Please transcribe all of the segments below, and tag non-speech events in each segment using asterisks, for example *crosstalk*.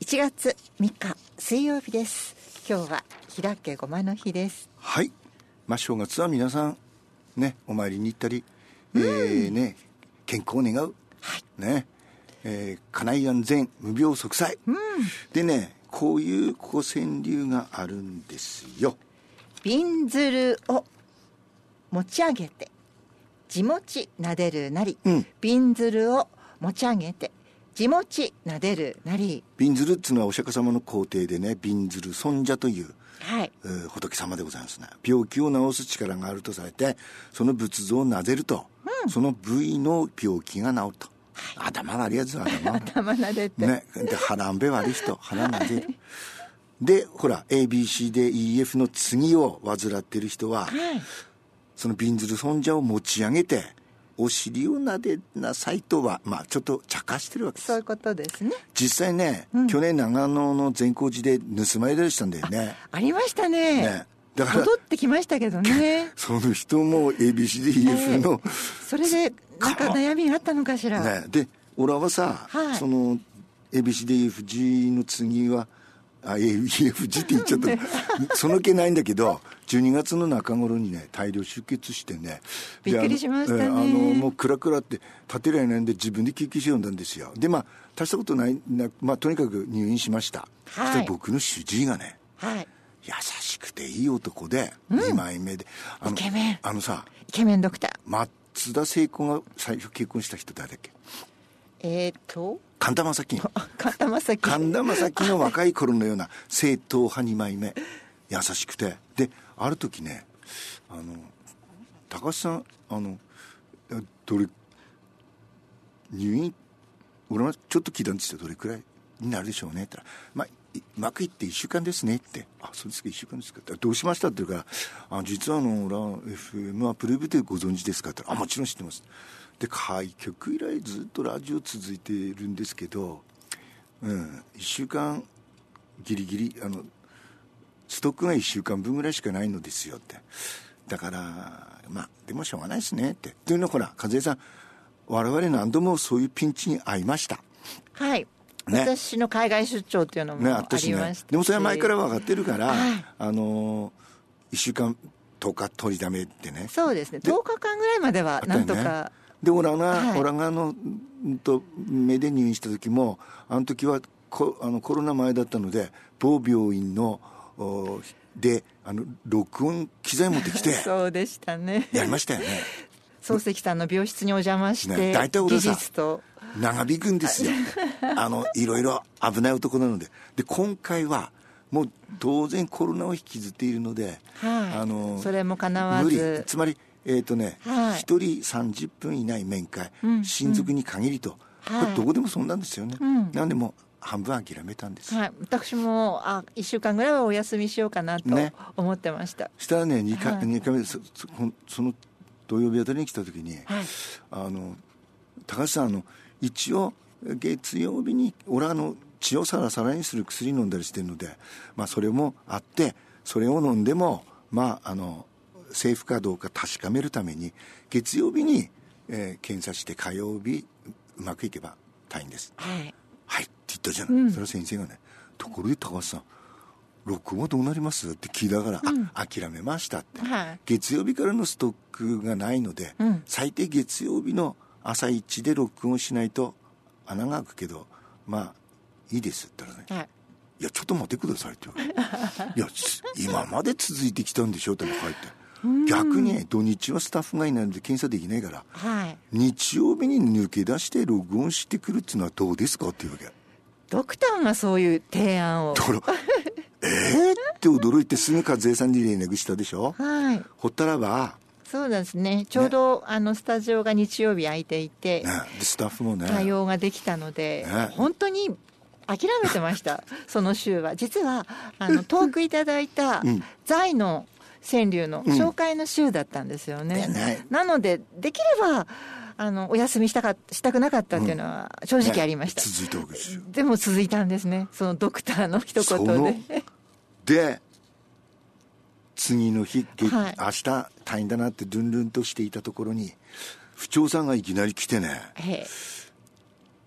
4月3日水曜日です今日は平家ごまの日ですはい、まあ、正月は皆さんねお参りに行ったり、えーね、健康を願う、ねえー家内安全無病息災、でねこういうここ川柳があるんですよびんずるを持ち上げて地もちなでるなりうんび、んずるを持ち上げて地もちなでるなりびんずるっつうのはお釈迦様の皇帝でねびんずる尊者という、はいえー仏様でございますね病気を治す力があるとされてその仏像をなぜると、その部位の病気が治ると頭があるやつは頭が頭なでて、ね、で腹んべ悪い人鼻なでる、でほら ABC で EF の次を患ってる人は、はいそのびんずる尊者を持ち上げてお尻をなでなさいとはまあちょっと茶化してるわけでそういすうことですね実際ね、去年長野の善光寺で盗まれたりしたんだよねありましたねねだから戻ってきましたけどねその人も ABC で EF の、それでなんか悩みがあったのかしら、ね、で俺はさ、はいその ABCDFG の次はあ AFG って言っちゃった *laughs* その気ないんだけど12月の中頃にね大量出血してねでびっくりしましたねあのえーあのもうクラクラって立てられないんで自分で救急車呼んだんですよでまあ大したことないな、まあ、とにかく入院しました、はいそしたら僕の主治医がねはい優しくていい男で、二2枚目であのイケメンあのさイケメンドクター松田聖子が最初結婚した人誰だっけえー、っと神田正輝あ神田正輝神田正輝の若い頃のような正統派二枚目優しくてである時ねあの高橋さんあのえどれ入院俺はちょっと聞いたんですよどれくらいになるでしょうねって言ったら、まあ、いうまくいって1週間ですねって「あそうですか1週間ですか」って「どうしました?」って言うから「あ実はあの俺は FM アプリブでご存知ですか?」って言ったら「あもちろん知ってます」で開局以来ずっとラジオ続いているんですけど、うん、1週間ギリギリあのストックが1週間分ぐらいしかないのですよってだからまあでもしょうがないですねってというのはほら和江さん我々何度もそういうピンチに遭いましたはい、ね私の海外出張っていうのもねああったしりまねしたでもそれは前から分かってるから、はいあの1週間10日取りだめってねそうですねで10日間ぐらいまではなんとあったよか、ね、でオラが、はいオラがのうんと目で入院した時もあの時はコあのコロナ前だったので某病院のおであの録音機材持ってきて *laughs* そうでしたねやりましたよね漱石さんの病室にお邪魔して、ね大体俺技さ術と長引くんですよあのいろいろ危ない男なのでで今回はもう当然コロナを引きずっているので、はいあのそれも叶わず無理つまりえっ、とね、はい一人30分以内面会、親族に限りと、はいこれどこでもそんなんですよね、んなんでもう半分諦めたんです、はい、私もあ1週間ぐらいはお休みしようかなとね思ってました、したらね2回,、はい二回目そそこんその土曜日あたりに来た時に、はいあの高橋さんあの一応月曜日に俺はあの血をサラサラにする薬飲んだりしてるので、まあ、それもあってそれを飲んでも、まあ、あのセーフかどうか確かめるために月曜日に、えー検査して火曜日うまくいけば退院ですはい、はいって言ったじゃない、それは先生がねところで高橋さん録音はどうなりますって聞いたから、あ諦めましたって、はい月曜日からのストックがないので、うん最低月曜日の朝一で録音しないと穴が開くけどまあいいですって言ったらねはい、 「いやちょっと待ってください」って言わ *laughs* れて「いやつ今まで続いてきたんでしょ」って書いて逆にね土日はスタッフがいないので検査できないからはい、日曜日に抜け出して録音してくるっていうのはどうですかっていうわけ。ドクターがそういう提案をだから「 *laughs* えっ?」って驚いてすぐ和江さんに連絡したでしょはいほったらば、そうですねちょうど、あのスタジオが日曜日空いていて、ね、でスタッフもね対応ができたので、ね本当に諦めてました *laughs* その週は実はあの遠くいただいたうん在の川柳の紹介の週だったんですよね、うんねなのでできればあのお休みしたかっしたくなかったっていうのは正直ありました、ね続いたわけですよでも続いたんですねそのドクターの一そ言のでで次の日、げはい明日退院だなってルンルンとしていたところに不調さんがいきなり来てねええ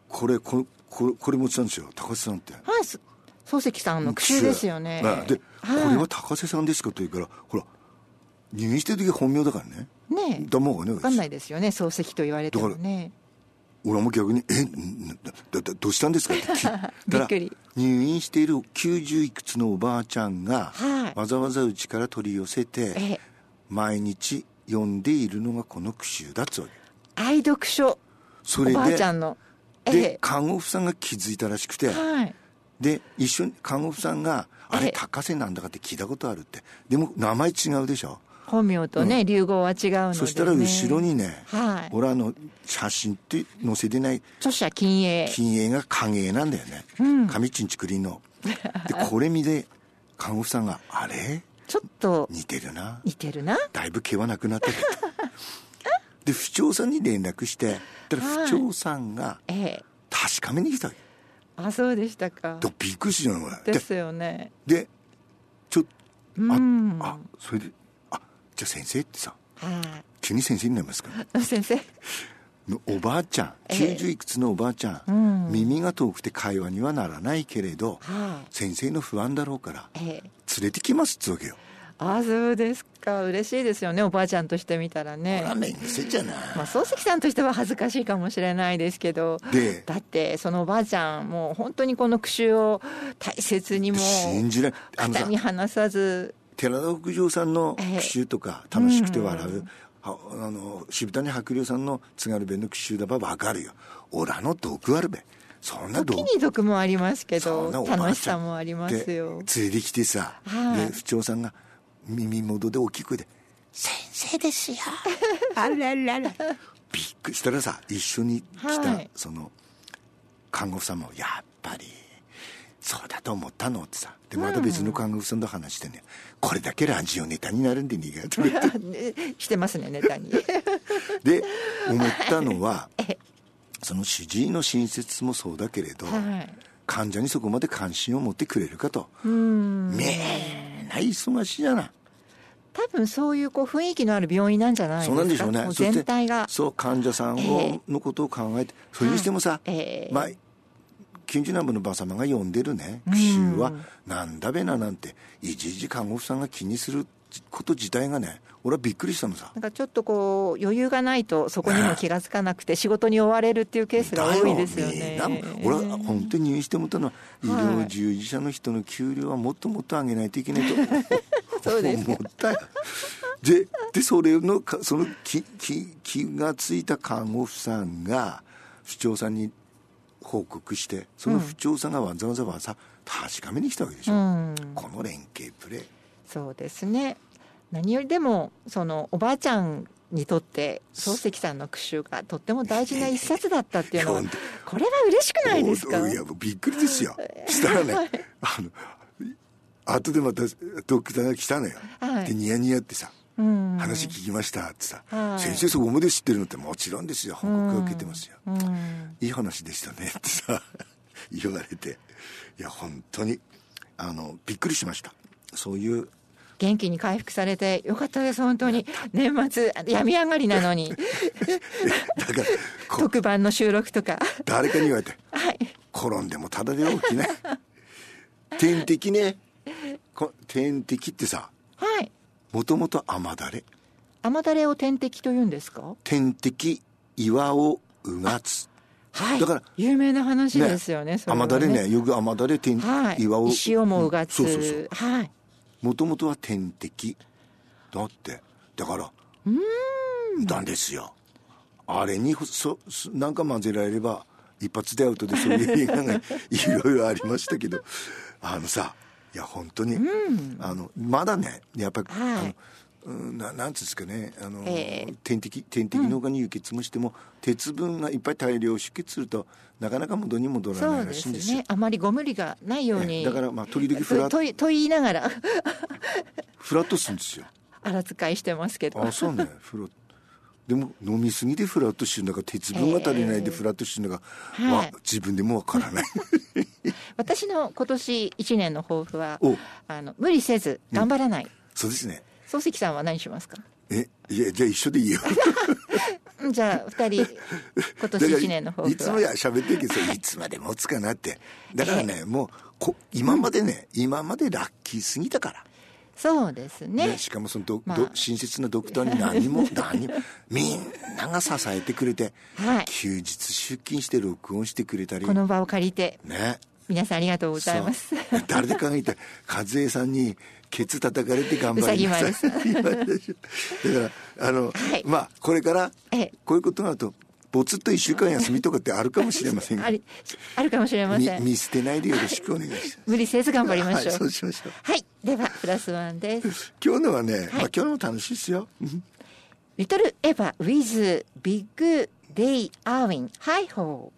これこここれ持ってたんですよ高橋さんってはいそ漱石さんの苦手ですよねええで、はいこれは高瀬さんですかと言うからほら入院してる時は本名だからねねえだもんね分かんないですよね漱石と言われてもね俺も逆に「えんだだだどうしたんですか?」って聞い *laughs* びっくりたら入院している90いくつのおばあちゃんが、はいわざわざうちから取り寄せて、ええ毎日読んでいるのがこの句集だっつうわけ愛読書そおれでばあちゃんのえでえ看護婦さんが気づいたらしくて、はいで一緒に看護婦さんが「あえれえ高瀬なんだかって聞いたことある」ってでも名前違うでしょ本名とね、流語は違うので、ね、そしたら後ろにね、はい俺あの写真って載せてない著者禁煙禁煙が影なんだよね、上ちんちくりんの *laughs* でこれ見で看護婦さんが「あれちょっと似てるな似てるなだいぶ毛はなくな *laughs* ってる」で不調さんに連絡してだからはい不調さんがええ確かめに来たわけあそうでしたかでびっくりしたの俺でですよねでちょっあ,、うんあそれで「あじゃあ先生」ってさは急に先生にな *laughs* りますからい先生のおばあちゃんええ90いくつのおばあちゃうん、ん耳が遠くて会話にはならないけれど、はい先生の不安だろうからええ連れてきますっつうわけよ、あそうですか嬉しいですよねおばあちゃんとしてみたらねラーメン店じゃない、まあ、漱石さんとしては恥ずかしいかもしれないですけどでだってそのおばあちゃんもう本当にこの句集を大切にも信じられあの肩さに離さず寺田屋上さんのええ句集とか楽しくて笑う、はあの渋谷白龍さんの津軽弁の句集だばわかるよ俺らの毒あるべそんな時毒に毒もありますけそどんなおばあちゃん楽しさもありますよで連れてきてさ、はいで不調さんが耳元で大きい声で「先生ですよ」 *laughs* あらららびっくりしたらさ一緒に来た、はいその看護婦さんも「やっぱりそうだと思ったの」ってさでまた別の看護婦さんと話してね「これだけラジオネタになるんでねえか」と *laughs* か言ってしてますねネタ *laughs* にで思ったのはその主治医の診察もそうだけれど、はい患者にそこまで関心を持ってくれるかと。うんみんな忙しいじゃない。多分そういうこう雰囲気のある病院なんじゃないそうなんでですしかょうねも。うそして全体がそう、患者さんを、えのことを考えて、それにしてもさ、はいええまあ、近所南部のばあ様が呼んでるね、句集は、なんだべななんて、いちいち看護婦さんが気にすること自体がね、俺はびっくりしたのさな。んかちょっとこう余裕がないとそこにも気がつかなくて仕事に追われるっていうケースが多いですよねだよみんな俺は本当に入院してもったのは、医は療い従事者の人の給料はもっともっと上げないといけないと *laughs* そうです思ったよ。ででそれのかその気気気がついた看護婦さんが不調さんに報告してその不調さんがわざわざわざ確かめに来たわけでしょ、うんこの連携プレーそうですね何よりでもそのおばあちゃんにとって漱石さんの句集がとっても大事な一冊だったっていうのは本当これは嬉しくないですかおいやびっくりですよしたらね、あの後でまたドクターが来たのよ、はいでニヤニヤってさうん話聞きましたってさ、はい先生そこまで知ってるのってもちろんですよ報告を受けてますよ、うんいい話でしたねってさ *laughs* 言われていや本当にあのびっくりしましたそういう元気に回復されてよかったです本当に年末病み上がりなのにだから *laughs* こ特番の収録とか *laughs* 誰かに言われてはい「転んでもただでは起 *laughs* きない」点滴ねこ点滴ってさはいもともと甘だれ甘だれを点滴と言うんですか天敵岩をうがつはいだから有名な話ですよねそれは雨だれねよく雨だれ天、はい岩を石をもうがつ、そうそうそうはいもともとは天敵だってだからなんですよあれにそそなんか混ぜられれば一発でアウトでそういう映画がいろいろありましたけ *laughs* どあのさいや本当に、あのまだねやっぱり、はいあのうんななんつうんですかねあの、ええ点滴点滴の他に輸血もしても、鉄分がいっぱい大量出血するとなかなか元に戻らそなういらでしすいんですよねあまりご無理がないように、ええだからまあ時々とフラとと言いながら *laughs* フラッとするんですよ荒使いしてますけどあそう *laughs* ねフラッでも飲みすぎでフラットしてるんだか鉄分が足りないでフラットしてるんだか、えわはい自分でもわから *laughs* ない私の今年一年の抱負はおあの無理せず頑張らない、そうですね漱石さんは何しますか *laughs* えいやじゃあ一緒でいいようんじゃあ二 *laughs* 人今年一年の抱負はいつもや喋ってるけどいつまで持つかなってだからねもうこ今までね、今までラッキーすぎたから。そうですねね、しかもそのど、まあど親切なドクターに何 *laughs* も何もみんなが支えてくれて、はい休日出勤して録音してくれたりこの場を借りてね皆さんありがとうございますそう *laughs* 誰で考えた和江さんにケツ叩かれて頑張りなさいうさだ *laughs* からあの、はいまあこれからええこういうことがあるとぼつっと1週間休みとかってあるかもしれません *laughs* がありあるかもしれまみせん見捨てないでよろしくお願いします無理せず *laughs* 頑張りましょうはい、そうしましょうはい、ではプラスワンです。今日のはね、まあ、今日のも楽しいですよリトルエヴァ with ビッグデイアーウィンハイホー。